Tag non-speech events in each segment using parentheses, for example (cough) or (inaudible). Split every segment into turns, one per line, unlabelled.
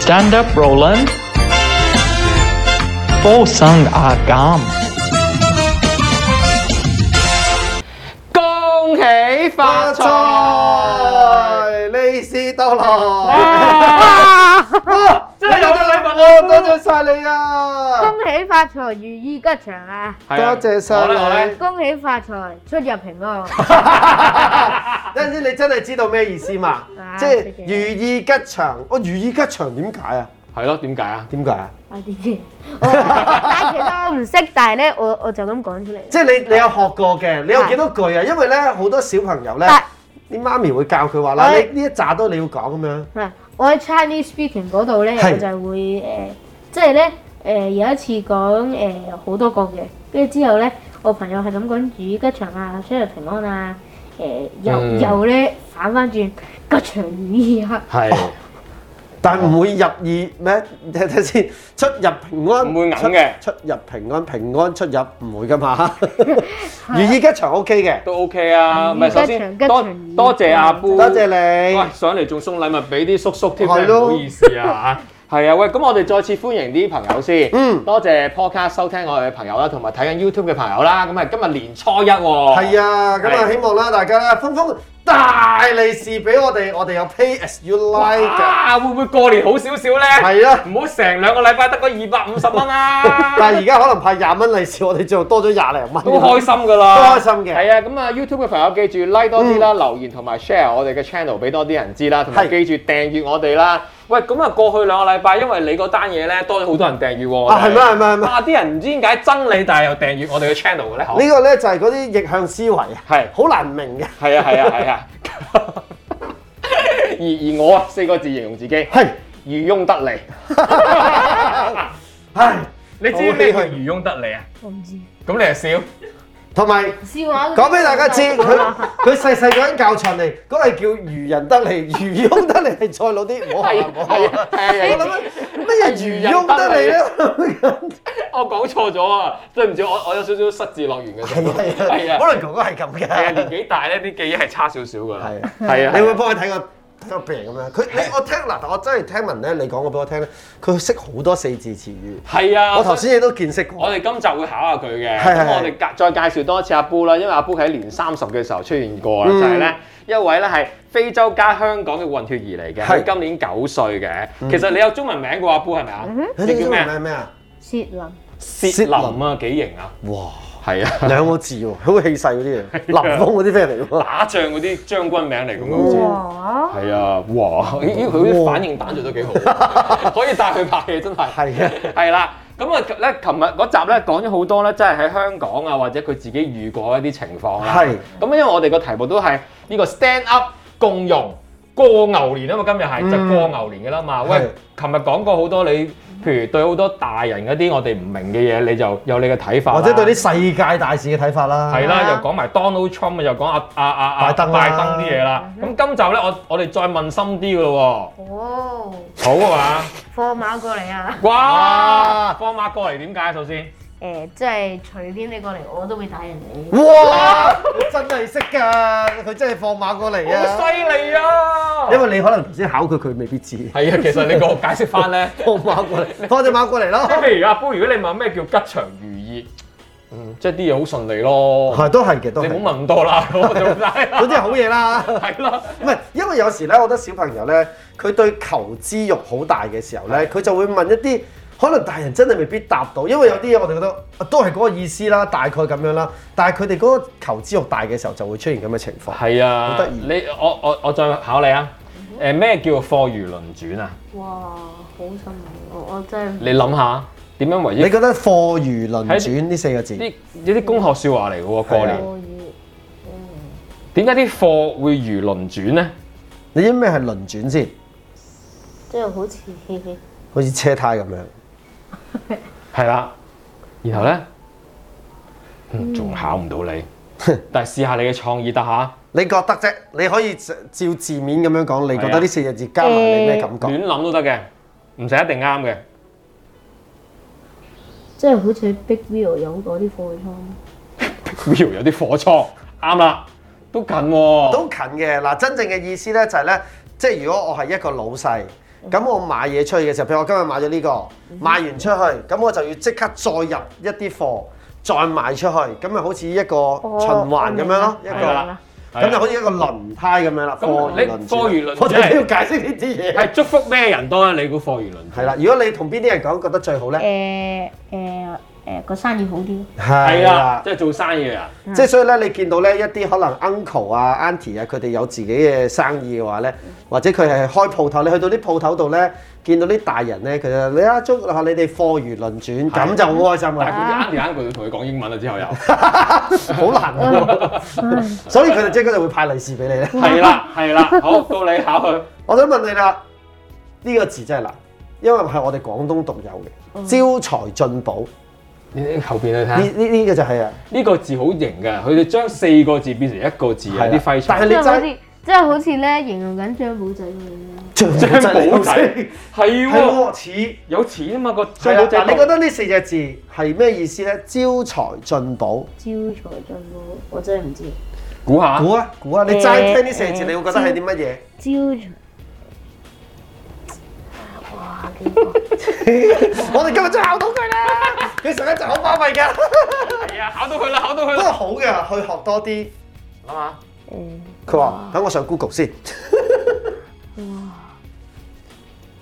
Stand up, Roland. Vô sung a gam.
Công hỷ
發
phát tài.
財，利是到來。
À,
哎真係有咗禮物啊！多謝晒你啊！
恭喜發財，如意吉祥啊！
多
hay à.
謝
Đó
晒
là- đó là-
(laughs) 你。
恭喜發財，出入平安。
等陣先，你真係知道咩意思嘛
啊？
即係
識嘅
如意吉祥。哦我如意吉祥點解啊？
Hay đó, điểm cả.
點解啊？
我啲嘢，我但其實我唔識，但係咧，我我就咁講出嚟。
即係你你有學過嘅，你有
係
幾多句啊？因為咧好多小朋友咧
但，
啲媽咪會教佢話啦，
我
你呢一紮都你要講咁樣。
嗱，我喺 Chinese speaking 嗰度咧，
係
我就會誒、呃即係咧誒有一次講誒好多個嘅，跟住之後咧，我朋友係咁講如意吉祥啊，出入平安啊，誒、又、
嗯
又咧反翻轉吉祥如意啊，
(laughs) Hay.
但唔會入意咩？ (laughs) 睇睇先，出入平安，
唔會揞嘅
出出入平安，平安出入唔會噶嘛。如意吉祥 OK 嘅，
Tôi ok 啊 à. Mà
Ừ,
sau
các
khi-
trường- các
Đó-
trường-
đó trẻ à, bu-
多謝你。
喂，上嚟仲送禮物俾啲叔叔添，
係
真係
咯
唔好意
(laughs)
思啊嚇。係啊，喂，咁我哋再次歡迎啲朋友先。
嗯
多謝 Podcast 收聽我哋嘅朋友啦，同埋睇緊 YouTube 嘅朋友啦。咁啊，今日年初一喎。
係啊，咁啊，
係
希望啦，大家啦，紛紛大利是俾我哋，我哋有 pay as you like 嘅，
啊，會唔會過年好少少咧？
係啊
唔好成兩個禮拜得個二百五十蚊啊！
(laughs) 但係而家可能派廿蚊利是，我哋就多咗廿零蚊。
都開心㗎啦，
都開心嘅嗯
係啊，咁啊 YouTube 嘅朋友記住 like 多啲啦，留言同埋 share 我哋嘅 channel 俾多啲人知啦，同埋記
係
住訂閱我哋啦。喂，咁啊過去兩個禮拜，因為你嗰單嘢咧多咗好多人訂閱喎。
啊係咩係咩係咩
啊！啲人唔知點解憎你，但係又訂閱我哋嘅 channel 嘅咧。
呢個咧就係嗰啲逆向思維啊，
係
好難明
(laughs)
嘅。
係啊係啊係啊。而而我啊四個字形容自己，
係，
漁翁得利。
唉，
(laughs) 你知咩叫漁翁得利啊？
我唔知。
咁你係笑？
同埋
笑
(laughs)
話
講俾大家知，佢 (laughs) 佢細細個人教出嚟，嗰係叫漁人得利， (laughs) 漁翁得利係再老
(laughs)
啲，唔好學啦唔好學啦。我
啊係啊
諗緊乜嘢漁翁得利咧？
(laughs) 我講錯咗啊！對唔住，我我有少少失智樂園嘅。係
係啊，(laughs)
啊，
可能哥哥係咁嘅。
係啊，年紀大咧，啲記憶係差少少㗎啦。
係啊
係啊，
你會幫佢睇個睇個病咁樣。佢你我聽嗱，我真係聽聞咧，你講過俾我聽咧，佢識好多四字詞語。
係啊，
我頭先亦都見識
我
過。
哋今集會考下佢嘅，
係係
咁我哋介再介紹多一次阿 Boo 啦，因為阿 Boo 喺年三十嘅時候出現過
嗯
啦，就係咧一位咧係非洲加香港嘅混血兒嚟嘅，
係嗯
佢今年九歲嘅。其實你有中文名嘅喎，阿 Boo 係咪啊？
你
你
知
叫
唔
咩
知
啊？
係咩啊？
薛林。
薛林啊，幾型啊！
哇！
係啊，
兩個字喎，好氣勢嗰啲嘢，
(laughs)
林峰嗰啲 friend 嚟喎。
打仗嗰啲將軍名嚟咁好似。
哇！
係啊，哇！ (laughs) 咦咦佢啲反應彈做
(laughs)
得幾好，可以帶佢拍嘢真係。
係啊
係啦，咁啊咧，琴日嗰集咧講咗好多咧，即係喺香港啊，或者佢自己遇過一啲情況啦。
係
咁，因為我哋個題目都係呢個 stand up 共融過牛年啊嘛，今日係就
嗯
過牛年嘅啦嘛。喂
係，
琴日講過好多你，譬如對好多大人嗰啲我哋唔明嘅嘢，你就有你嘅睇法啦。
或者對啲世界大事嘅睇法啦。
係
係
啦，
啊
又講埋 Donald Trump 啊，又講阿阿阿阿
拜登啦
拜登啲嘢啦。咁今集咧，我我哋再問深啲嘅咯
哦，
喎，好啊嘛？
(laughs)
放馬過嚟啊！ (laughs)
哇！放馬過嚟點解？啊首先
誒、即係隨便你過嚟，我都會打人你。
哇！佢真係識㗎，佢真係放馬過嚟
好
啊！
犀利啊！
因為你可能頭先考佢，佢未必知。
係啊，其實你個解釋翻
(laughs)
咧，
放馬過嚟，放只馬過嚟
即係
咯。
譬如阿 Boo，如果你問咩叫吉祥如意，嗯，即係啲嘢好順利咯。
係都係嘅，都
你
係。
唔好問咁
(laughs)
多啦，我就係啦
嗰啲係好嘢啦。
係啦，
唔係，因為有時咧，我覺得小朋友咧，佢對求知欲好大嘅時候咧，佢就會問一啲可能大人真係未必答到，因為有啲嘢我哋覺得啊都係嗰個意思啦，大概咁樣啦。但係佢哋嗰個求知欲大嘅時候，就會出現咁嘅情況。
係啊
好得意，
你我我我再考你啊。誒咩叫貨如輪轉啊？
哇！好辛苦，我我真係
你諗下點樣為之
你覺得貨如輪轉呢四個字，
啲呢啲工學説話嚟嘅喎，過
係啊
年
過於
點解啲貨會如輪轉咧？
你知咩係輪轉先？
即係好似 (laughs)
好似車胎咁樣。
係啦，然後咧，嗯仲考唔到你，但係試下你嘅創意得下，
你覺得啫？你可以照字面咁樣講，你覺
係啊嗯
得呢四個字加埋你咩感覺？
亂諗都得嘅，唔使一定啱嘅。
即係好似 Big Wheel 有嗰啲貨倉。
Will 有啲火倉，啱啦，都近喎。
都近嘅嗱，真正嘅意思咧就係咧，即係如果我係一個老細，
嗯
咁我買嘢出去嘅時候，譬如我今日買咗呢、個，賣完出去，咁我就要即刻再入一啲貨，再賣出去，咁咪好似一個
哦
循環咁樣咯，一
啊係啦
個
啦，
咁就好似一個輪胎咁樣啦，
咁
貨
你
輪轉
貨如輪轉
我哋都要解釋呢啲嘢。
係祝福咩人多咧？你估貨如輪轉
係啦，如果你同邊啲人講覺得最好咧？
誒誒誒個生意好啲，
係
係
啦，，即係做生意嘅人。
即係所以咧，你見到咧一啲可能 uncle 啊、auntie 啊，佢哋有自己嘅生意嘅話咧，或者佢係開鋪頭，你去到啲鋪頭度咧，見到啲大人咧，佢就你啊祝下你哋貨如輪轉，咁就好開心啊
但係啊
啦，
佢啱啱佢要同佢講英文啦，啊之後又
好難喎。
嗯
所以佢哋即刻就會派利是俾你咧。
係啦係啦，好到你考佢。
我想問你啦，呢、個字真係難，因為係我哋廣東獨
嗯
有嘅，招財進寶。
你後邊你睇
呢呢呢個就係啊，
呢個字好型㗎，佢哋將四個字變成一個字啊！
係啦
啲廢
但係
即
你
係好
柴
真
似即係好似咧形容緊張寶仔咁樣。
張
張寶仔係
係
喎，
喎似。
有錢啊嘛個
係
張
啦
寶，仔
嗱，你覺得呢四隻字係咩意思咧？招財進寶，
招財進寶，我真係唔知。 (laughs)
估下
估啊估啊！你齋聽呢四隻字，你會覺得係啲乜嘢？
招財，哇！呢個
(laughs) 我哋今日真係考到佢啦！佢上一集好巴閉 (laughs) 㗎，
係啊，考到佢啦，考到佢
不過
啦，
好嘅，去學多啲。哦
諗下
誒
佢話：嗯等我上 Google 先。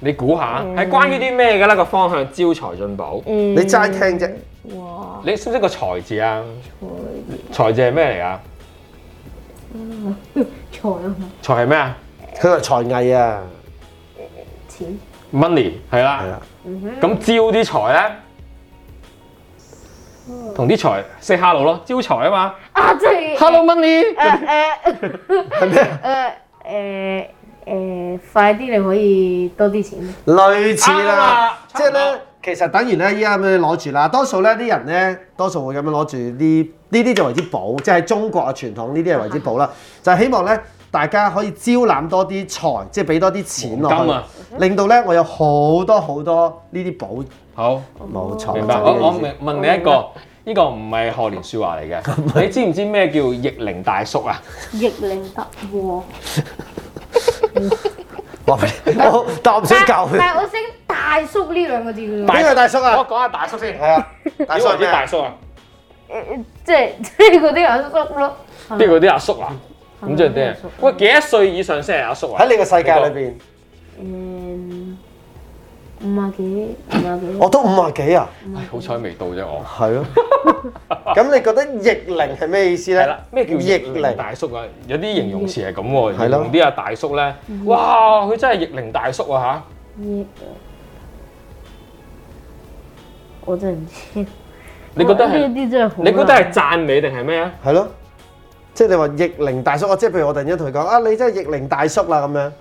你估下
嗯
係關於啲咩㗎啦？個方向招財進寶，
誒，
你齋聽啫，嗯
哇！
你識唔識個財字啊？財字係咩嚟啊㗎？
財啊嘛，
財係咩啊
佢話才藝啊，
錢
？money 係
係
啦
啊，
咁招啲財咧，
嗯
同啲財 say hello 咯，招財啊嘛
啊，即係
，hello
(laughs) 誒
money，
誒
(laughs) 係咩？
誒誒誒，快啲你可以多啲錢。
類似
啱
啦
啦，
即係
差唔
咧
多，
其實等於咧，依家咁樣攞住啦。多數咧啲人咧，多數會咁樣攞住呢呢啲就為之寶，即係中國嘅傳統呢啲係為之寶啦。就係希望咧，大家可以招攬多啲財，即係俾多啲錢落
黃
去，
金啊
令到咧我有好多好多呢啲寶。
好。
冇錯，
明白。
就係呢
哦我
個
我
意思
問問你一個，呢個唔係賀年説話嚟嘅。你知唔知咩叫逆齡大叔啊？
逆齡得喎，
話俾你
(laughs)
我但我唔想教佢。
但係我識大叔呢兩個字嘅喎，
邊個大叔啊？
講下大叔先。
係啊，大
大
叔
叔
係
啲
咩
大
啊？
叔啊？
誒即係即係嗰啲阿叔咯。
邊個啲阿叔啊？咁即係啲
阿
人
叔
喂幾多歲以上先係阿叔啊？
喺你個世界裏邊，
誒五啊幾五啊幾？
我都五啊幾啊，
唉，好彩未到啫我。
係咯。咁你覺得逆齡係咩意思咧？
係啦，咩叫逆齡大叔啊？有啲形容詞係咁喎，
係
形
咯
容啲阿大叔咧，哇！佢真係逆齡大叔啊
逆我真係唔知。
嚇！你覺得
哇
係
呢？啲真係好
你
難？
覺得係讚美定係咩啊？
係咯，即係你話逆齡大叔，我即係譬如我突然間同佢講啊，你真係逆齡大叔啦咁 (laughs) 樣。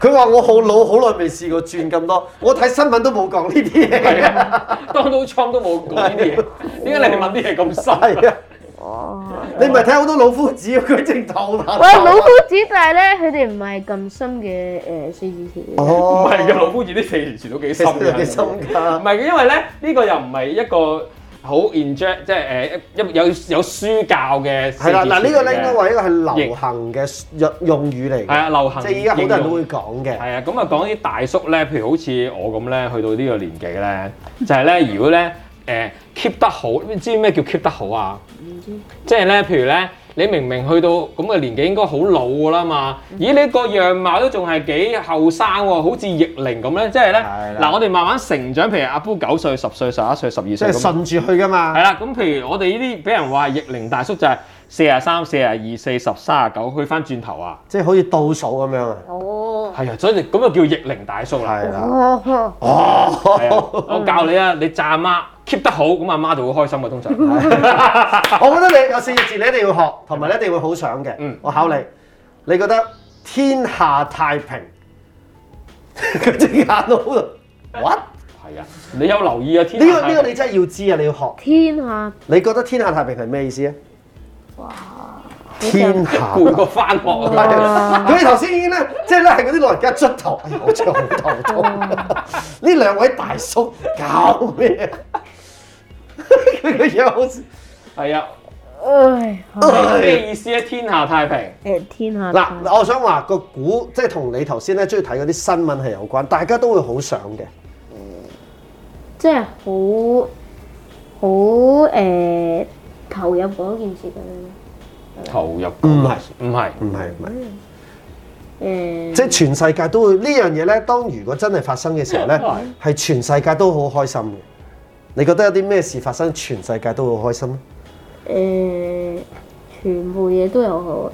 佢話我好老，好耐未試過轉咁多，我睇新聞都冇講呢啲
係
嘢。
啊，Donald Trump 都冇講呢啲嘢，點解你問啲嘢咁深？
係啊，你咪睇好多老夫子，佢正頭啦。
喂老夫子，但係咧佢哋唔係咁深嘅誒四字詞嘅。
唔 (laughs)
哦，
係嘅，老夫子呢四年前都幾
其
深 (laughs)
實
嘅，
有幾深 (laughs)
唔
㗎。
係嘅，因為咧呢個又唔係一個好 enjoy，即係誒一有有書教嘅。
係啦，嗱呢個咧應該話一個係流行嘅用用語嚟
係
嘅，
啊，流行
即係依家好多人都會講嘅。
係啊，咁啊講啲大叔咧，譬如好似我咁咧，去到呢個年紀咧，就係咧，如果咧誒 keep 得好，你知咩叫 keep 得好啊？即係咧，譬如咧，你明明去到咁嘅年紀，應該好老噶啦嘛。咦，你個樣貌都仲係幾後生喎，好似逆齡咁咧。即係咧
係啦，
嗱，我哋慢慢成長，譬如阿 b 九歲、十歲、十一歲、十二
即
歲
係
咁。
順住去㗎嘛
係，啦，咁譬如我哋呢啲俾人話係逆齡大叔就係四啊三、四啊二、四十、三啊九，去翻轉頭啊。
即係好似倒數咁樣啊。
哦，
係啊，所以你咁就叫逆齡大叔啦。
係啦，
哦，
係啊
哦，
我教你啊，你讚阿媽 keep 得好，咁阿媽就會開心嘅通常。
嗯我覺得你有四隻字你一定要學，同埋你一定會好想嘅。
嗯
我考你，你覺得天下太平？ (laughs) 佢隻眼好啊，what？
係啊，你有留意啊？天
呢個
下
呢個你真係要知啊，你要學。
天下
你覺得天下太平係咩意思啊？哇！天下
攰過翻學
(laughs)
啊！
佢哋頭先已經咧，即係咧係嗰啲老人家捽頭，哎呀，我真係好頭痛。呢兩位大叔搞咩？佢個樣好似哎
係啊，
唉，
咩意思咧？天下太平，
誒天啊下
嗱，
太
我想話個股即係同你頭先咧中意睇嗰啲新聞係有關，大家都會好想嘅。
即係好好誒投入嗰件事咁樣
投入
唔嗯係
唔係
唔係唔係，
誒，
即係全世界都會呢樣嘢咧。當如果真係發生嘅時候咧
係，
係全世界都好開心嘅。你覺得有啲咩事發生，全世界都好開心咧？
誒，全部嘢都有好，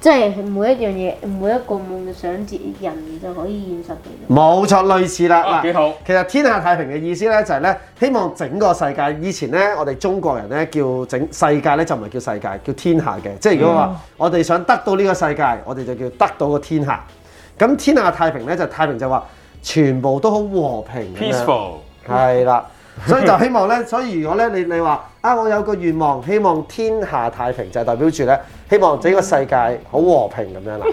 即係每一樣嘢，每一個夢想，自人就可以現實嘅。
冇錯，類似啦。
啊幾好
其實天下太平嘅意思咧，就係咧，希望整個世界。以前咧，我哋中國人咧叫整世界咧，就唔係叫世界，叫天下嘅。即係如果
嗯
話我哋想得到呢個世界，我哋就叫得到個天下。咁天下太平咧，就太平就話全部都好和平咁樣
peaceful。
係
(laughs)
啦，所以就希望咧，所以如果咧你你話啊，我有個願望，希望天下太平，就代表住咧，希望整個世界好和平咁
(laughs)
樣啦，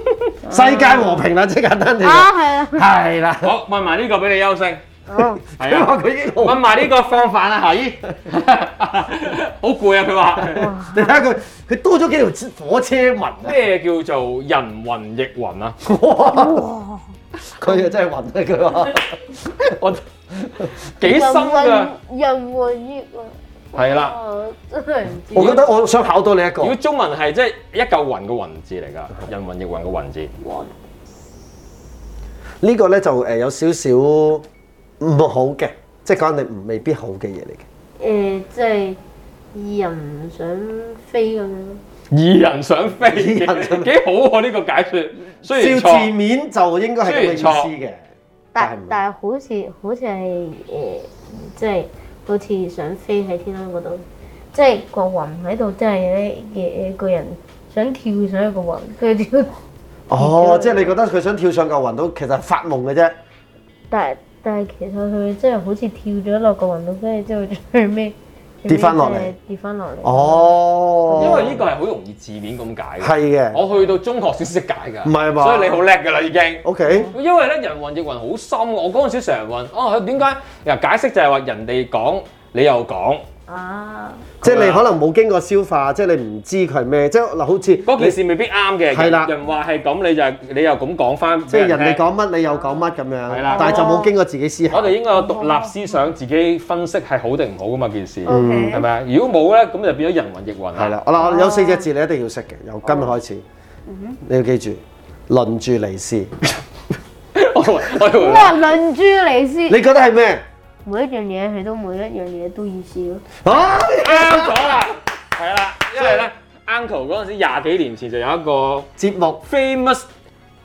世界和平啦，即係簡單啲
啊，
講，
係啊，
係啦，
好，問埋呢個俾你休息。係
哦
(laughs)
啊，
佢已經
問
好，
埋呢個放飯啊，夏姨。
(laughs)
好攰啊，佢話。
你睇下佢，佢多咗幾條火車紋啊，
咩叫做人雲亦雲啊？
佢啊真係暈啊佢話，
我幾深
啊
㗎。
人和益啊！
係啦。
我真係唔知。
(laughs) 我覺得我想考到你一個
如，果中文係即係一嚿雲嘅雲字嚟㗎，人雲亦雲嘅雲字。
呢個咧就誒有少少唔好嘅，即係講你唔未必好嘅嘢嚟嘅。
誒，即係人想飛咁樣咯。
二人想飛，幾
二人想
好喎呢個解説。雖然
照字
錯，
面就應該係咁嘅意思嘅，
但
唔係
但係好似好似係誒，即係好似想飛喺天空嗰度，即係個雲喺度，即係咧嘅個人想跳上一個雲，跟住跳，
哦，即係你覺得佢想跳上嚿雲度，其實係發夢嘅啫。
但係但係其實佢即係好似跳咗落個雲度，跟住之後最尾
跌返落嚟，
跌翻落嚟。
哦，
因為呢個係好容易字面咁解嘅。
係嘅
我去到中學先識解㗎，
唔係嘛
所以你好叻㗎啦已經。
，OK，
因為咧人雲亦雲好深㗎，我嗰陣時成日問，哦點解？嗱解釋就係話人哋講你又講，
啊！
即係你可能冇經過消化，即係你唔知佢係咩，即係嗱，好似
嗰件事未必啱嘅。
係啦
人話係咁，你就你又咁講翻。
你即係人哋，講乜你又講乜咁
係
樣
啦，
但係就冇經過自己思考
我。哋應該有獨立思想，自己分析係好定唔好㗎嘛件事，
嗯
OK
係咪啊？如果冇咧，咁就變咗人雲亦雲啦
係。啦，好啦，我有四隻字你一定要識嘅，由今日開始，你要記住，輪住嚟試。
(laughs) 我以為我以為
哇！輪住嚟先，
你覺得係咩？
每一樣嘢佢都每一樣嘢都意思咯。
啊！
(laughs) 啱咗啦，係啦，因為咧 uncle 嗰陣時廿幾年前就有一個
節目
famous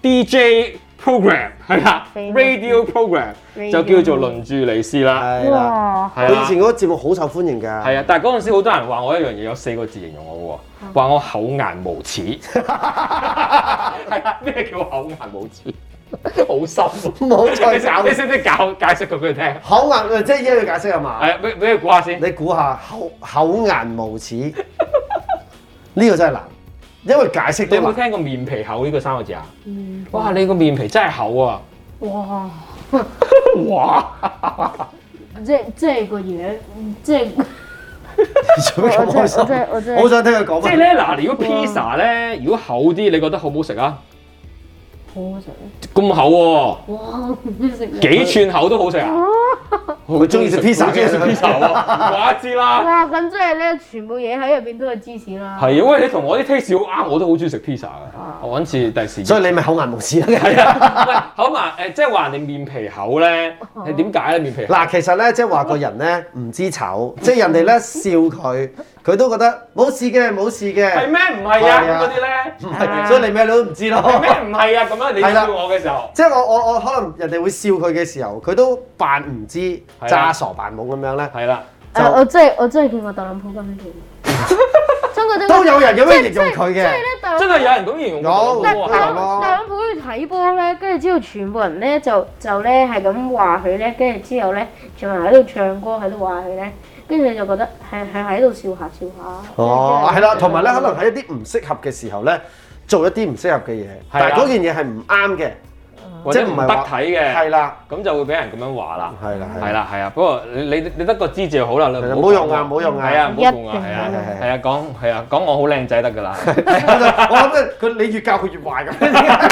DJ program 係啦
Famous
，radio program
Radio
就叫做輪住嚟試啦，
係啦，
哇！
係
以
啦
前，嗰個節目好受歡迎㗎。
係啊，但係嗰陣時好多人話我一樣嘢有四個字形容我
啊
喎，話我厚顏無恥，係啊，咩叫厚顏無恥？好深喎，
冇再
你識 (laughs)
搞
你識唔識搞解釋佢俾佢聽？
口硬，啊即係依家要解釋係嘛？
係啊，俾俾佢估下先。
你估下口口硬無恥，呢個真係難，因為解釋
你有
都
冇
難。
聽過面皮厚呢個三個字啊？
嗯
哇！你個面皮真係厚啊！
哇！
哇！
即即係個樣，即係。
做咩咁開心
我真係我真係我真係
好想聽佢講
即係
乜？
咧嗱，如果 pizza 咧，如果厚啲，你覺得好唔好食啊？
好好食啊！
咁厚喎、
哇，唔知食嘢
幾寸厚都好食啊！
佢中意食 pizza
好中意食 pizza 喎，話知啦。
哇，咁即係咧，全部嘢喺入邊都係芝士啦。
係啊，喂，你同我啲 taste 好啱，我都好中意食 pizza 嘅。我揾次第時。
所
(laughs)
以你咪口硬無恥啦。
係啊，喂，好嘛誒，即係話人哋面皮厚咧，係點解咧？面皮
(laughs)
厚
嗱，其實咧，即係話個人咧唔知醜，即係人哋咧笑佢，佢都覺得冇事嘅，冇事
係
嘅。
咩？唔係啊，
係啊
嗰啲
唔
咧
係， (laughs) 所以你咩都唔知咯。
係咩？唔係啊，咁樣你
係啦
笑我嘅時候。
即係我我我可能人哋會笑佢嘅時候，佢都扮唔知，
係
詐
啊
傻扮懵咁樣咧，
係啦，
就
誒，我真係我真係見過特朗普
(laughs)
咁樣做。中國
都有人咁樣
即係
形容佢
即係咧
嘅。，
特朗
真係有人咁形容
有
我
但
喎
特
有
朗
有咯
特朗普去睇波咧，跟住之後全部人咧就就咧係咁話佢咧，跟住之後咧全部人喺度唱歌喺度話佢咧，跟住你就覺得係係喺度笑下笑下。
哦，係啦，同埋咧，可能
係
喺一啲唔適合嘅時候咧，做一啲唔適合嘅嘢，
係
但
啦
係嗰件嘢係唔啱嘅，
或
即
者
係唔
唔
係
得
話
睇嘅，
係啦，
咁就會俾人咁樣話啦。
係啦，
係，啦，係啊，不過你你你得個知就好啦，你
其實
好
冇用啊
講
冇用啊
係啊，冇用啊，
一定
係啊
冇用，
係啊，講係啊，講我好靚仔得㗎啦。 (laughs)
我諗咧，佢你越教佢越壞咁。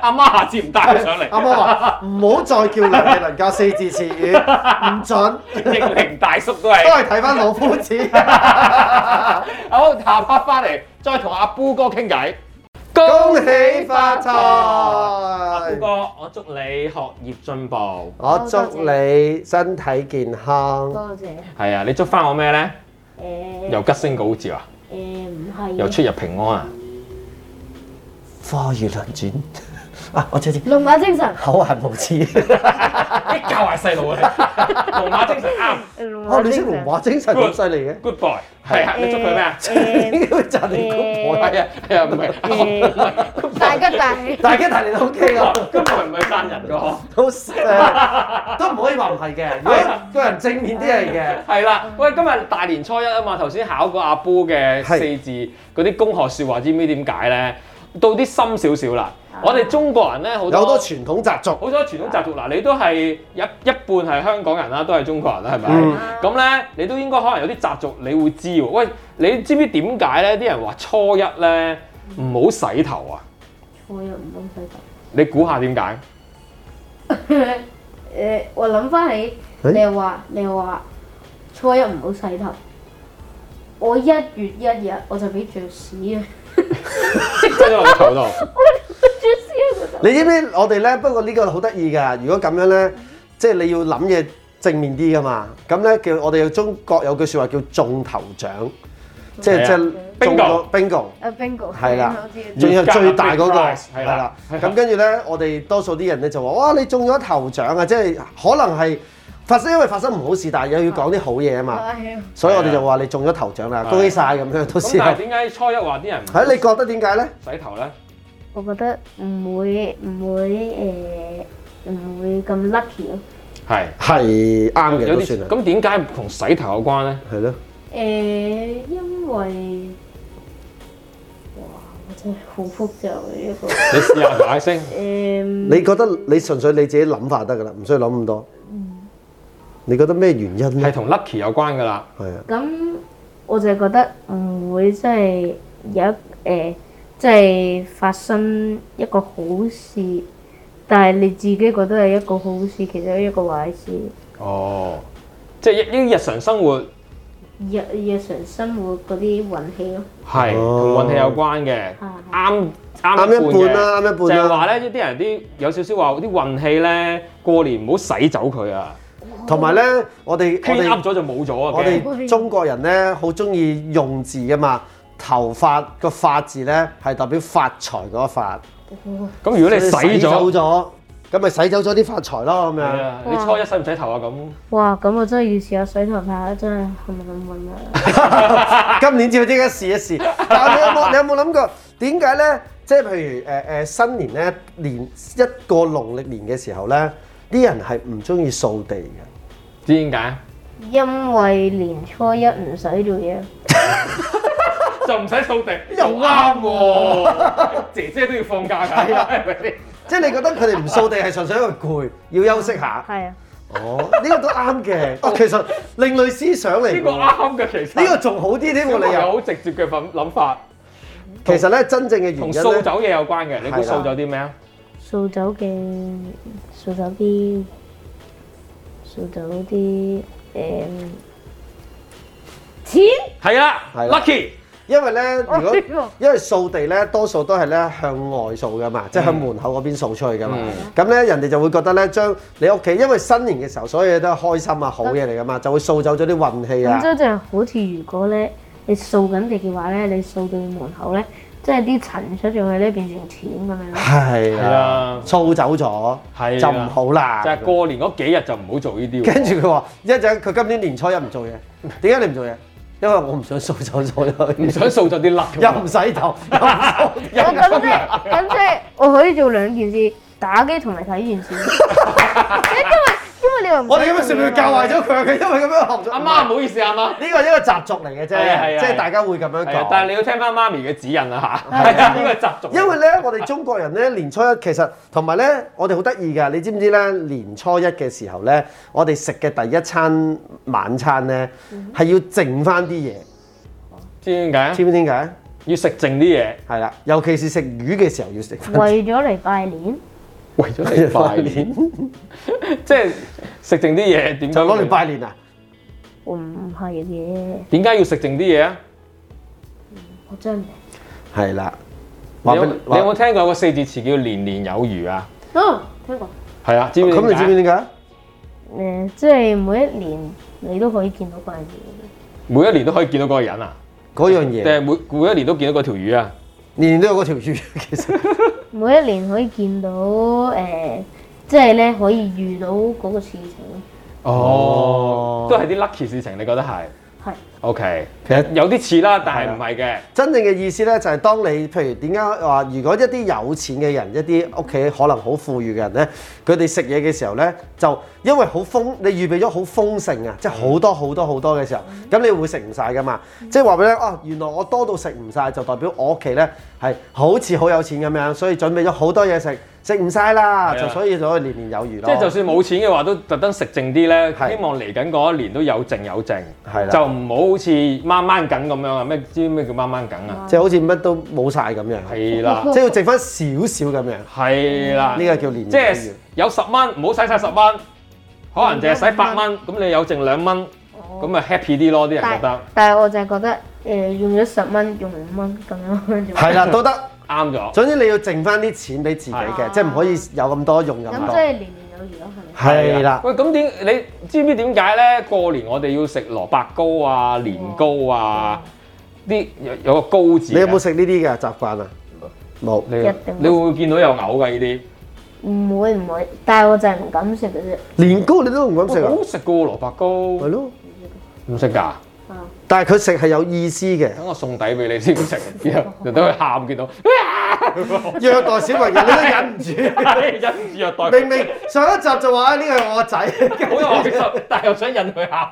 阿媽下次唔帶佢上嚟，
阿媽話：唔好再叫梁技能教四字詞語，
(laughs)
唔準，
逆齡大叔都
都 (laughs)
係。
係睇翻老夫子。
好，下 part 翻嚟再同阿 Boo 哥傾偈。
恭喜發
阿 Boo 哥
財！，
我祝你學業進步。
我祝你身體健康。
多謝
係啊，你祝翻我咩咧？
誒
又吉星高照啊，
誒唔係
又出入平安 (laughs) 啊！
花月輪轉 (laughs) 啊！我知知，
龍馬精神，
口痕無
(laughs)
恥。
你教壞細路啊！你 (laughs) 龍馬精神啱
龍
哦，
馬
你
精
識
神
龍馬精神咁犀利嘅。
，good boy。係啊，你祝佢咩啊？ (laughs)
(laughs)
誒
點解會賺你個
誒
婆？
係啊，係啊，唔係啊唔係，good
(laughs)
boy
大吉大利，
(laughs)
大家睇你都 OK 啦，
(laughs)
，good boy 唔係讚人㗎呵。
都誒都唔可以話唔係嘅。如
(laughs)
果個人正面啲係嘅，
係啦，喂，今日大年初一啊嘛，頭先考過阿 Boo 嘅
係
四字嗰啲公學説話，知唔知點解咧？到啲深少少啦，我哋中國人咧
啊
好
有
多
好多傳啊統習俗，
好多傳統習俗嗱，你都係一一半係香港人啦，都係中國人啦，係咪
嗯？
咁咧、你都應該可能有啲習俗你會知喎。喂，你知唔知點解咧？啲人話初一咧唔好洗頭啊！
我又唔好洗頭。 (laughs)
你估下
(laughs)
點解？
誒，呃我諗翻起
誒
你話你話初一唔好洗頭，我一月一日我就俾雀屎 (laughs) 啊！
積咗落個頭度，
雀屎啊！
你知唔知我哋咧？不過呢個好得意㗎。如果咁樣咧，即係你要諗嘢正面啲㗎嘛。咁咧叫我哋中國有句説話叫中頭獎，即
啊
係即係中咗 bingo。
阿 bingo
係啦
我知
仲要係最大嗰、個，
要夾硬 big prize，係
係啦
啦。
咁跟住咧，我哋多數啲人咧就話：哇，你中咗頭獎啊！即係可能係發生，因為發生唔好事，但係又要講啲好嘢啊嘛。
係啊
所以我哋就話你中咗頭獎啦，
係
恭喜晒咁樣都
咁
先
但係
係。
點解初一話啲人唔
係你覺得點解咧？
洗頭咧？
我覺得唔會唔會誒唔會咁 lucky 咯。
係
係啱嘅，
有
都算
啲
係。
咁點解同洗頭有關咧？
係咯，
誒，呃因為哇，我真係好複雜嘅一
(laughs)
個呃
你試下解釋。
誒，
你覺得你純粹你自己諗法就得㗎啦，唔需要諗咁多。你覺得咩原因
係
咧？
同 lucky 有關㗎啦，
係啊，
咁我就覺得唔會真係有一誒，即係發生一個好事，但係你自己覺得係一個好事，其實係一個壞事。
哦，即係一呢啲日常生活
日日常生活嗰啲運氣咯，
係同
哦
運氣有關嘅，
係
啱啱
啱一
一半
半
嘅。
啦，啱一
就係
半啦。
話咧，啲人啲有少少話啲運氣咧，過年唔好洗走佢啊，
同埋咧，我哋我
圈
哋
噏。咗就冇咗啊。
我
驚
哋中國人咧好中意用字噶嘛，頭髮個髮字咧係代表發財嗰個發，
咁如果你洗
走
咗，
咗，咁咪洗走咗啲發財咯咁
係
樣。
啊，你初一洗唔洗頭啊？咁
哇！咁我真係要試下水頭髮，真係幸唔幸運啊！
今年照即刻試一試。但係你有
(laughs)
冇你有冇諗過點解咧？即係譬如誒誒、呃新年咧，年一個農曆年嘅時候咧，啲人係唔中意掃地嘅。
知點解？
因為年初一唔使做嘢，
就唔使掃地，
又啱 (laughs)
喎，姐姐都要放假㗎，
係啊
係咪先？
即係你覺得佢哋唔掃地係純粹因為攰，要休息下。
係啊，
哦，呢、個都啱嘅。哦，其實另類思想嚟
呢
㗎
個
喎。
啱嘅其實。
呢個仲好啲添
小
喎，
朋
你又
友好啊直接嘅諗諗法，
其實咧真正嘅原因
同掃
咧，
走嘢有關嘅。你估
係啦
掃走啲咩啊？
掃走嘅掃走啲掃走啲誒錢，
係啦
係啦
，lucky
因為咧如
我
果
呢個
因為掃地咧多數都係咧向外掃噶嘛，即係向門口嗰邊掃出去噶嘛
嗯。
咁咧人哋就會覺得咧將你屋企，因為新年嘅時候所有嘢都係開心啊好嘢嚟噶嘛，就會掃走咗啲運氣
咁
啊
即。係就係好似如果咧你掃緊地嘅話咧，你掃到門口咧，即係啲塵出咗去咧變成錢咁樣咯。
係
係
啊
啊，
掃走咗
係啊
就唔好啦
就。係過年嗰幾日就唔好做呢啲喎。
(laughs) 跟住佢話一陣佢今年年初一唔做嘢， (laughs) 點解你唔做嘢？因為我唔想掃走咗
(laughs) 唔
佢，
想掃走啲甩
又
㗎嘛
唔洗頭，又唔
(laughs)
掃地。
我咁即係咁即係我可以做兩件事，打機同埋睇電視。因為因為你又唔
我哋咁樣算唔算教壞咗佢嘅？因為咁樣學咗。
(laughs) 阿媽唔好意思，阿媽。
呢個係一個習俗嚟嘅
係啊係
啫，
啊
即
係
係
啊
大家會咁樣
係啊但係
講。
你要聽翻媽咪嘅指引啦嚇，係啊，呢個係習俗嚟嘅。
因為咧，我哋中國人咧年初一其實同埋咧，我哋好得意㗎。你知唔知咧？年初一嘅時候咧，我哋食嘅第一餐晚餐咧
嗯
係要剩翻啲嘢，
知唔知點
知
解？啊
唔知點解？
要食剩啲嘢，
係啦，尤其是食魚嘅時候要食
(laughs)
返。
為咗嚟拜年，
為咗
(laughs)
嚟拜年，即係食剩啲嘢點解
就攞
會
嚟？拜年啊！
我唔係嘅，
點解要食剩啲嘢啊？
我真係
係啦，
你
話
有
俾
你有冇聽過個四字詞叫年年有餘啊？
哦，聽過
係啊，知唔知
咁你知唔
點
知
解？
點解？
誒，呃即係每一年你都可以見到拜年。
每一年都可以見到嗰個人啊，
嗰樣
定
嘢
係每每一年都見到嗰條魚啊？
年年都有嗰條魚，其實 (laughs)
每一年可以見到誒、呃即係咧可以遇到嗰個事情，
哦，都係啲 lucky 事情，你覺得係
係
？OK，
其實啊
有啲似啦，但係唔係嘅。
真正嘅意思咧，就係當你譬如點解話，如果一啲有錢嘅人，一啲屋企可能好富裕嘅人咧，佢哋食嘢嘅時候咧，就因為好豐，你預備咗好豐盛啊，
嗯
即係好多好多好多嘅時候，咁你會食唔晒噶嘛？即係話俾你聽，哦，原來我多到食唔晒，就代表我屋企咧係好似好有錢咁樣，所以準備咗好多嘢食，食唔晒啦，
係啊
就所以就可以年年有餘
即
咯。
係就算冇錢嘅話，都特登食剩啲咧，
哦係
希望嚟緊嗰一年都有剩有剩，
係啦
就唔好好似掹掹緊咁樣啊！咩知咩叫掹掹緊啊？
即係好似乜都冇晒咁樣，
係啊啦，
哦
即係要剩翻少少咁樣。
係
啊
啦，
呢個叫年
即係有十蚊，唔好使晒十蚊，可能淨係使八蚊，咁你有剩兩蚊，咁咪 happy 啲咯，啲人覺
但
得
但係我就係覺得誒、呃用咗十蚊用五蚊咁樣做，
係啦，都得。
啱咗。
總之你要剩翻啲錢俾自己嘅，
係
即係唔可以有咁多用咁
啊咁即
多。
係年年有餘咯，係啊咪？
係啦，
喂，咁點你知唔知點解咧？過年我哋要食蘿蔔糕啊、年糕啊，啲有有個糕字嘅。
你有冇食呢啲嘅習慣啊？冇。
你
一定冇
你會唔會見到有嘔㗎呢啲？
唔會唔會，但係我就係唔敢食嘅啫。
年糕你都唔敢食
哦
啊
好？食噶喎蘿蔔糕，
係咯。
唔食㗎，
啊，
但係佢食係有意思嘅，
等我送底俾你
(laughs)
先食，然後就等佢喊見到， (laughs) 啊
虐待小朋友你都忍唔
(laughs)
住。
忍住虐待佢，
明明上一集就話呢個係我仔，
好有學術，但係又想引佢喊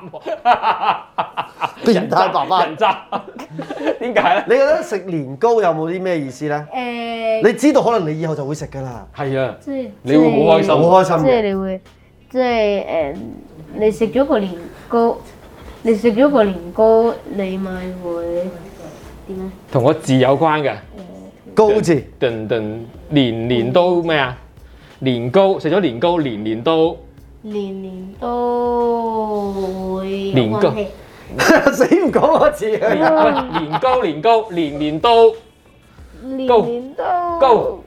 (laughs)
喎，
變態爸爸
人渣，點解咧？
你覺得食年糕有冇啲咩意思咧？
誒、
你知道可能你以後就會食㗎啦，
係啊，
呃即係
你會好開心
好開心
即係
嘅。
你會，即係誒、呃你食咗個年糕，你食咗個年糕，你咪會點咧？
同個字有關嘅，
高字
頓頓年年都咩啊？年糕食咗年糕，年年都
年年都會有
年糕
運氣
(laughs) 死唔講個字
年
啊！
喂年糕年糕年年都
年
高
年都
高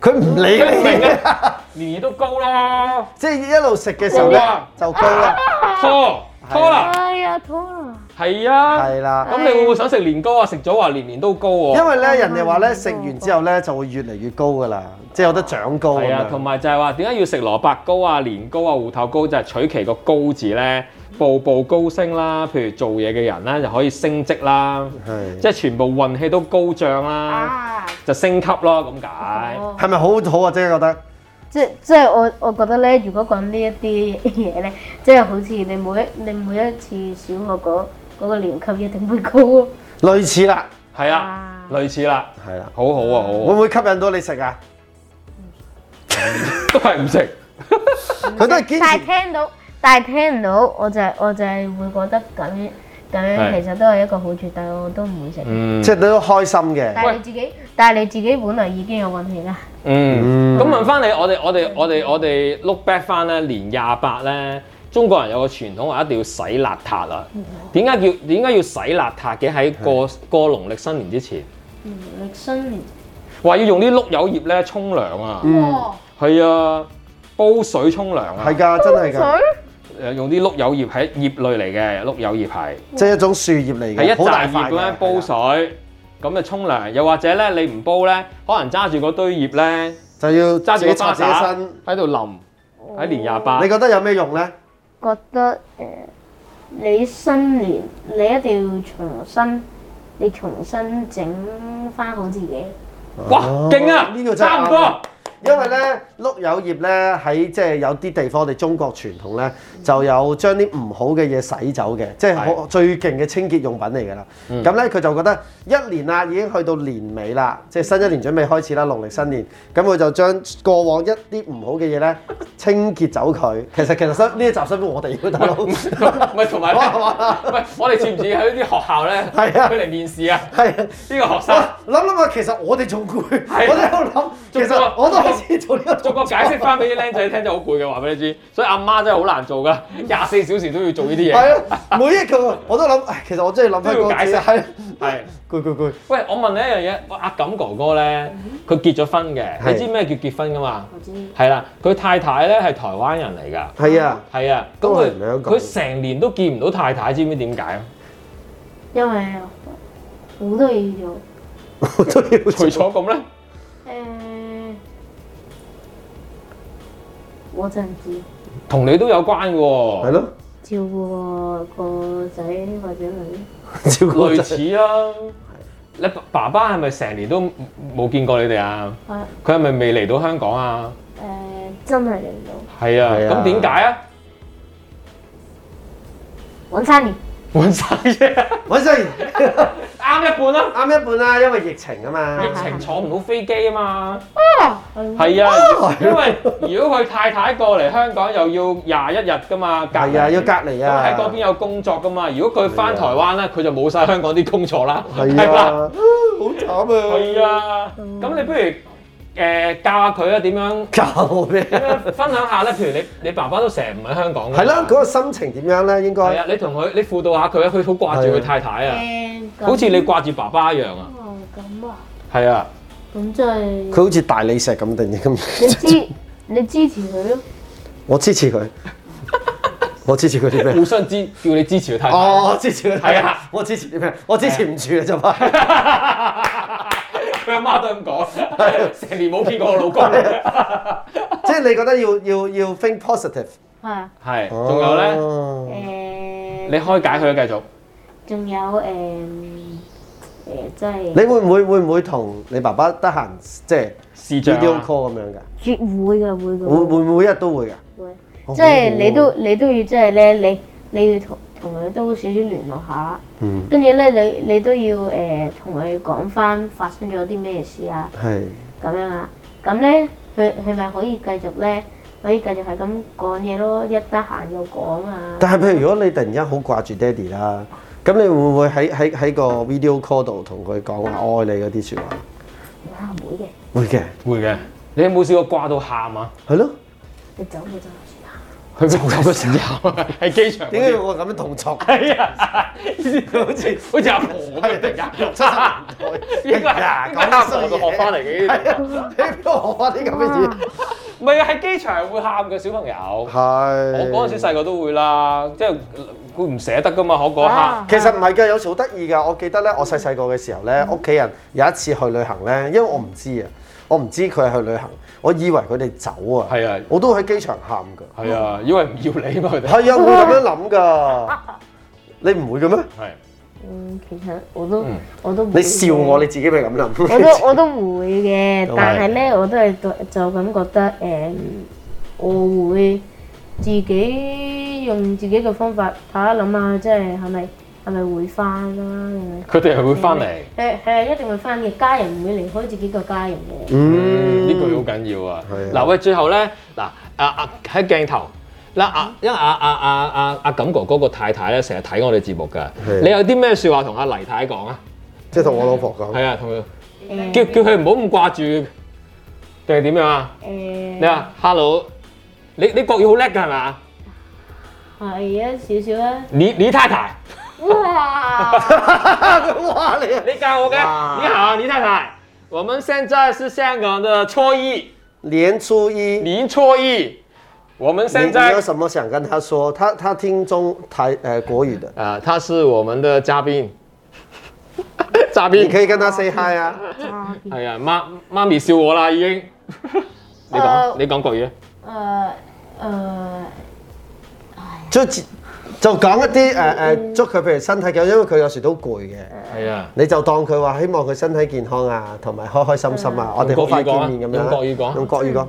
佢唔理
明
你，
啊，年年都高啦。
即係一路食嘅時候咧
高啊
就高啦，
(laughs) 拖拖啦，
哎呀，拖啦！
係啊，
係啦。
咁你會唔會想食年糕啊？食咗話年年都高喎，
因為咧，人哋話咧食完之後咧就會越嚟越高噶啦，即係有得長高咁
係啊，
樣
同埋就係話點解要食蘿蔔糕啊、年糕啊、芋頭糕，就係取其個高字咧，步步高升啦。譬如做嘢嘅人咧，就可以升職啦，
係
即係全部運氣都高漲啦，
啊，
就升級咯，咁解。
哦
係咪好好啊？即係覺得
即即係我我覺得咧，如果講呢一啲嘢咧，即係好似你每一你每一次小學嗰嗰個年級一定會高咯。
類似啦，
係啊，類似啦，
係啦，
好好啊，好
會
好啊
唔會吸引到你食啊？
都係唔食。嗯
佢都係
但係
堅持，
聽到，但係聽唔到，我就係我就係會覺得咁樣咁
係
樣其實都係一個好處，但係我都唔會食。
嗯
即係都開心嘅。
但係你自己，但係你自己本來已經有運氣啦。
嗯，
嗯
咁問翻你，我哋我哋我哋我哋 look back 翻咧，年廿八咧，中國人有個傳統話一定要洗邋遢啊。點解叫點解要洗邋遢嘅？喺
嗯
過過農曆新年之前，
嗯，你新年
話要用啲碌柚葉咧沖涼啊，
嗯
哇，
係啊，煲水沖涼啊
係，㗎，真係㗎，
誒用啲碌柚葉係葉類嚟嘅，碌柚葉係
即係一種樹葉嚟
係
嘅，
一
好大
扎葉
塊
咁樣
嘅。
煲
係啦
水，咁就沖涼。又或者咧，你唔煲咧，可能揸住嗰堆葉咧，
就要
揸
自
住
己
個
擦
花
自己
灑
身。
喺度淋，
哦
喺年廿八
你。覺得有咩用咧？
覺得誒、呃你新年你一定要重新，你重新整翻好自己。
哇，勁啊！
哦呢個真係
差唔多，
因為咧碌柚葉咧喺即係有啲地方，我哋中國傳統咧就有將啲唔好嘅嘢洗走嘅，即係嗯好最勁嘅清潔用品嚟㗎啦。咁咧佢就覺得一年啊啦，已經去到年尾啦，即係新一年準備開始啦，農曆新年，咁佢就將過往一啲唔好嘅嘢咧清潔走佢。其實其實呢一集辛苦我哋要大佬。啊
(laughs) 唔係同埋咧，唔係我哋似唔似喺啲學校咧，
係啊
佢嚟面試啊？
(laughs) 係 (laughs) 啊
呢個學生
我諗諗下，其實我哋仲攰，
係啊
我哋喺度諗，其
仲
實
攰
我都開始做呢個
逐個解釋翻俾啲僆仔聽就好攰嘅，話俾你知。所以阿媽真係好難做㗎，廿四小時都要做呢啲嘢。
係啊，每一個我都諗，唉其實我真係諗翻
都
嗰
要
陣
解
時係
釋
啊
係。
攰攰攰，
喂，我問你一樣嘢，喂阿錦哥哥咧，佢結咗婚嘅，
係
你知咩叫結婚㗎嘛？
嗯我知
係啦，佢太太咧係台灣人嚟㗎。
係啊，
係啊，咁
都係唔
佢
想講
佢成年都見唔到太太，知唔知點解啊？
因為好多嘢要做。
我都要
除
(laughs) 做。
咗咁咧，
誒，呃我陣時
同你都有
(laughs)
關嘅
係
喎，
咯，
照顧個仔或者女，
照顧
類
仔
似啦。你爸爸係咪成年都冇見過你哋啊？
係
佢係咪未嚟到香港啊？
誒呃真係嚟到
係啊，
係啊
咁點解啊？
揾三年，
換晒啫，
揾先，
啱一半啦。
(laughs) 啱一半啦，因為疫情啊嘛。
疫情坐唔到飛機啊嘛，
係
係啊，因為如果佢太太過嚟香港又要廿一日噶嘛，隔
係啊，要隔離
咁
啊。
喺嗰邊有工作噶嘛。如果佢翻台灣咧，佢就冇晒香港啲工作啦，
係
係嘛
啊， (laughs) 好慘啊。
係，啊，咁你不如誒、呃教下佢啊，點樣
教我咩？
點樣分享下咧？譬如你你爸爸都成日唔喺香港㗎嘛
係啦，嗰個心情點樣咧？應
係
該
啊，你同佢你輔導下佢啊，佢好掛住佢太太
嗯
啊，
誒，咁
好似你掛住爸爸一樣啊。
哦咁啊，
係啊，
咁即係
佢好似大理石咁定嘅咁。
你
(laughs)
支你支持佢咯，
我支持佢，我支持佢啲
互
咩？
相支叫你支持佢太太。
哦，我支持佢。
係啊，
我支持啲咩？我支持唔住啊啦，就話。
(laughs) 佢阿媽都咁講，成年冇見過我老公。
即係你覺得要要要 think positive。哦
係啊呃
係，仲有咧，
咧，
誒
你，開解佢啊，繼續。
仲有誒誒，即係
你會唔會會唔會同你爸爸得閒即係
視像
video
啊
call 咁樣㗎？
絕會嘅會嘅
會會唔會每日都會㗎？
會
哦
即係你都你都要即係咧，你你要同同佢都少少聯絡下，
嗯，
跟住咧你你都要誒同佢講翻發生咗啲咩事啊
係
咁樣啊，咁咧佢佢咪可以繼續咧可以繼續係咁講嘢咯，一得閒又講啊，
但係譬如如果你突然間好掛住爹哋啦，咁你會唔會喺喺喺個 video call 度同佢講話我愛你嗰啲説話？
啊唔會嘅，
會嘅，
會嘅。你有冇試過掛到喊
(laughs)
啊？
係咯。
你走就走就算啦，
去邊度嘅時候啊？喺機場嗰啲。
點解要我咁樣動
(laughs)
作？(laughs)
係啊，好似好似阿婆咁樣突然間， (laughs) 應該係應該係阿婆度學翻嚟嘅呢啲動作。
(laughs) 你邊度學翻啲咁嘅嘢？
唔係啊，喺機場會喊嘅小朋友。
係。
我嗰陣時細個都會啦，即係佢唔捨得噶嘛，我嗰刻
啊
其實唔係㗎，有時好得意㗎。我記得咧，我細細個嘅時候咧，
嗯
屋企人有一次去旅行咧，因為我唔知啊，我唔知佢係去旅行，我以為佢哋走啊。
係啊
我都喺機場喊㗎。
係啊，因為唔要你嘛佢哋。
係啊，會咁樣諗㗎。
啊
你唔會嘅咩？
係
嗯其實我都
嗯
我都
你笑我，
你。
你自己咪咁
我
諗。 (laughs)
都我都會嘅，
都係
但係咧，我都係就就咁覺得誒、我會自己用自己嘅方法打下諗下，即係係咪係咪會翻啦、
佢哋係會翻
係
嚟。
咪？誒係一定會翻嘅，家人唔會離開自己個家人嘅。
嗯
嗯，呢句好緊要啊
係啊！
嗱喂，最後咧，嗱啊啊喺鏡頭嗱啊，因為阿阿阿阿阿錦哥哥個太太咧，成日睇我哋節目㗎
係。
你有啲咩説話同阿黎太講啊？
即係同我老婆講。
係啊，同佢
誒
叫叫佢唔好咁掛住，定係點樣啊？你
誒
話 hello，你你國語好叻㗎係嘛？
係啊，少少啊！
你你太太，
哦
哇，
(laughs) 哇！你啊
你教我嘅。
哇
你好，你太太，我們現在是香港的初一，
(laughs) 年初一，你
年初一，我們
你
現在
有什麼想跟他說？他他聽中台誒國語的，
啊，他是我們的嘉賓， (laughs) 嘉
你
賓。
可以跟他 say hi 啊。
差別
係啊，媽媽咪笑我啦已經。你講
呃
你講國語啊
誒誒，
就只就講一啲誒誒，祝佢譬如身體健康，因為佢有時都攰嘅。
係啊，
你就當佢話希望佢身體健康啊，同埋開開心心啊，我哋好快見面咁樣啦。
用國語講啊
用國語講，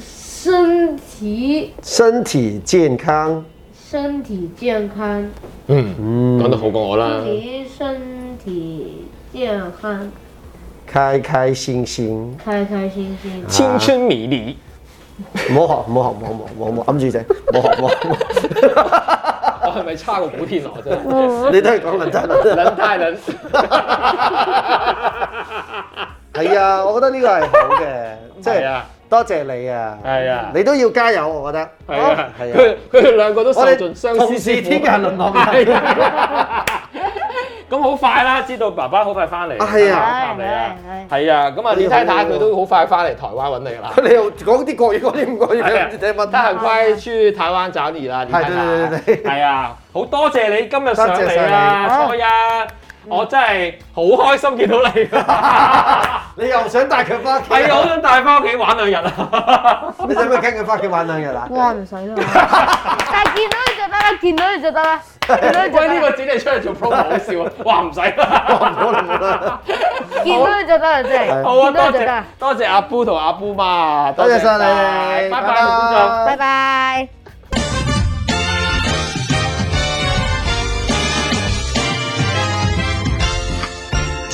身体
身體健康，
身体健康，
嗯，
嗯，
講得好過我啦
祝，你身体健康，
開開心心。
开开心心。
青春迷
(laughs)
離， (laughs)
唔好學，唔好學，唔好學，唔好學，唔好學，揞住隻，唔好學，唔好學。
(laughs) 我係咪差過古天樂真係？
你都係講論真啊？
撚太撚，
係啊，我覺得呢個係好
(laughs)
嘅，即
係
係
啊
多謝你啊。
係啊
你都要加油，我覺得。哦
係啊，
(laughs) 係
佢佢哋兩個都受
我
盡
哋
相
同
思
是
之苦
天涯淪落人。
係啊咁好快啦，知道爸爸好快翻嚟，
啊係
係
探你啦
係係，
係啊，咁啊，
你
李
好
太太佢都好快翻嚟台灣揾你
(laughs)
㗎啦。
你又講啲國語，講啲唔國語
係啊
嘅，你問
得閒乖去台灣找你啦，你睇
係對對對
下。
對
係啊，好多謝你今日上
多謝
嚟
晒
啊，
你
初
嗯
一，我真係好開心
(laughs)
見到你。係
你又想帶佢翻屋企？
啊，好想帶翻屋企玩兩日啊！
你使唔使跟佢翻屋企玩兩日啊？
哇，唔使啊啦，但係見到你就得啦，見到你就得啦，見到你就
(laughs) 喂，
得
呢個
啦，
展你出嚟做 promo 好笑啊！哇，唔使
唔好啦，
啦。
唔好啦。
見到你就得啦，真係，
好啊，
見
多
到你就得
謝
啦，
多謝阿 Boo 同阿 Boo 媽啊，
多謝晒
晒
你哋，
拜拜，觀眾。
拜拜。
Ah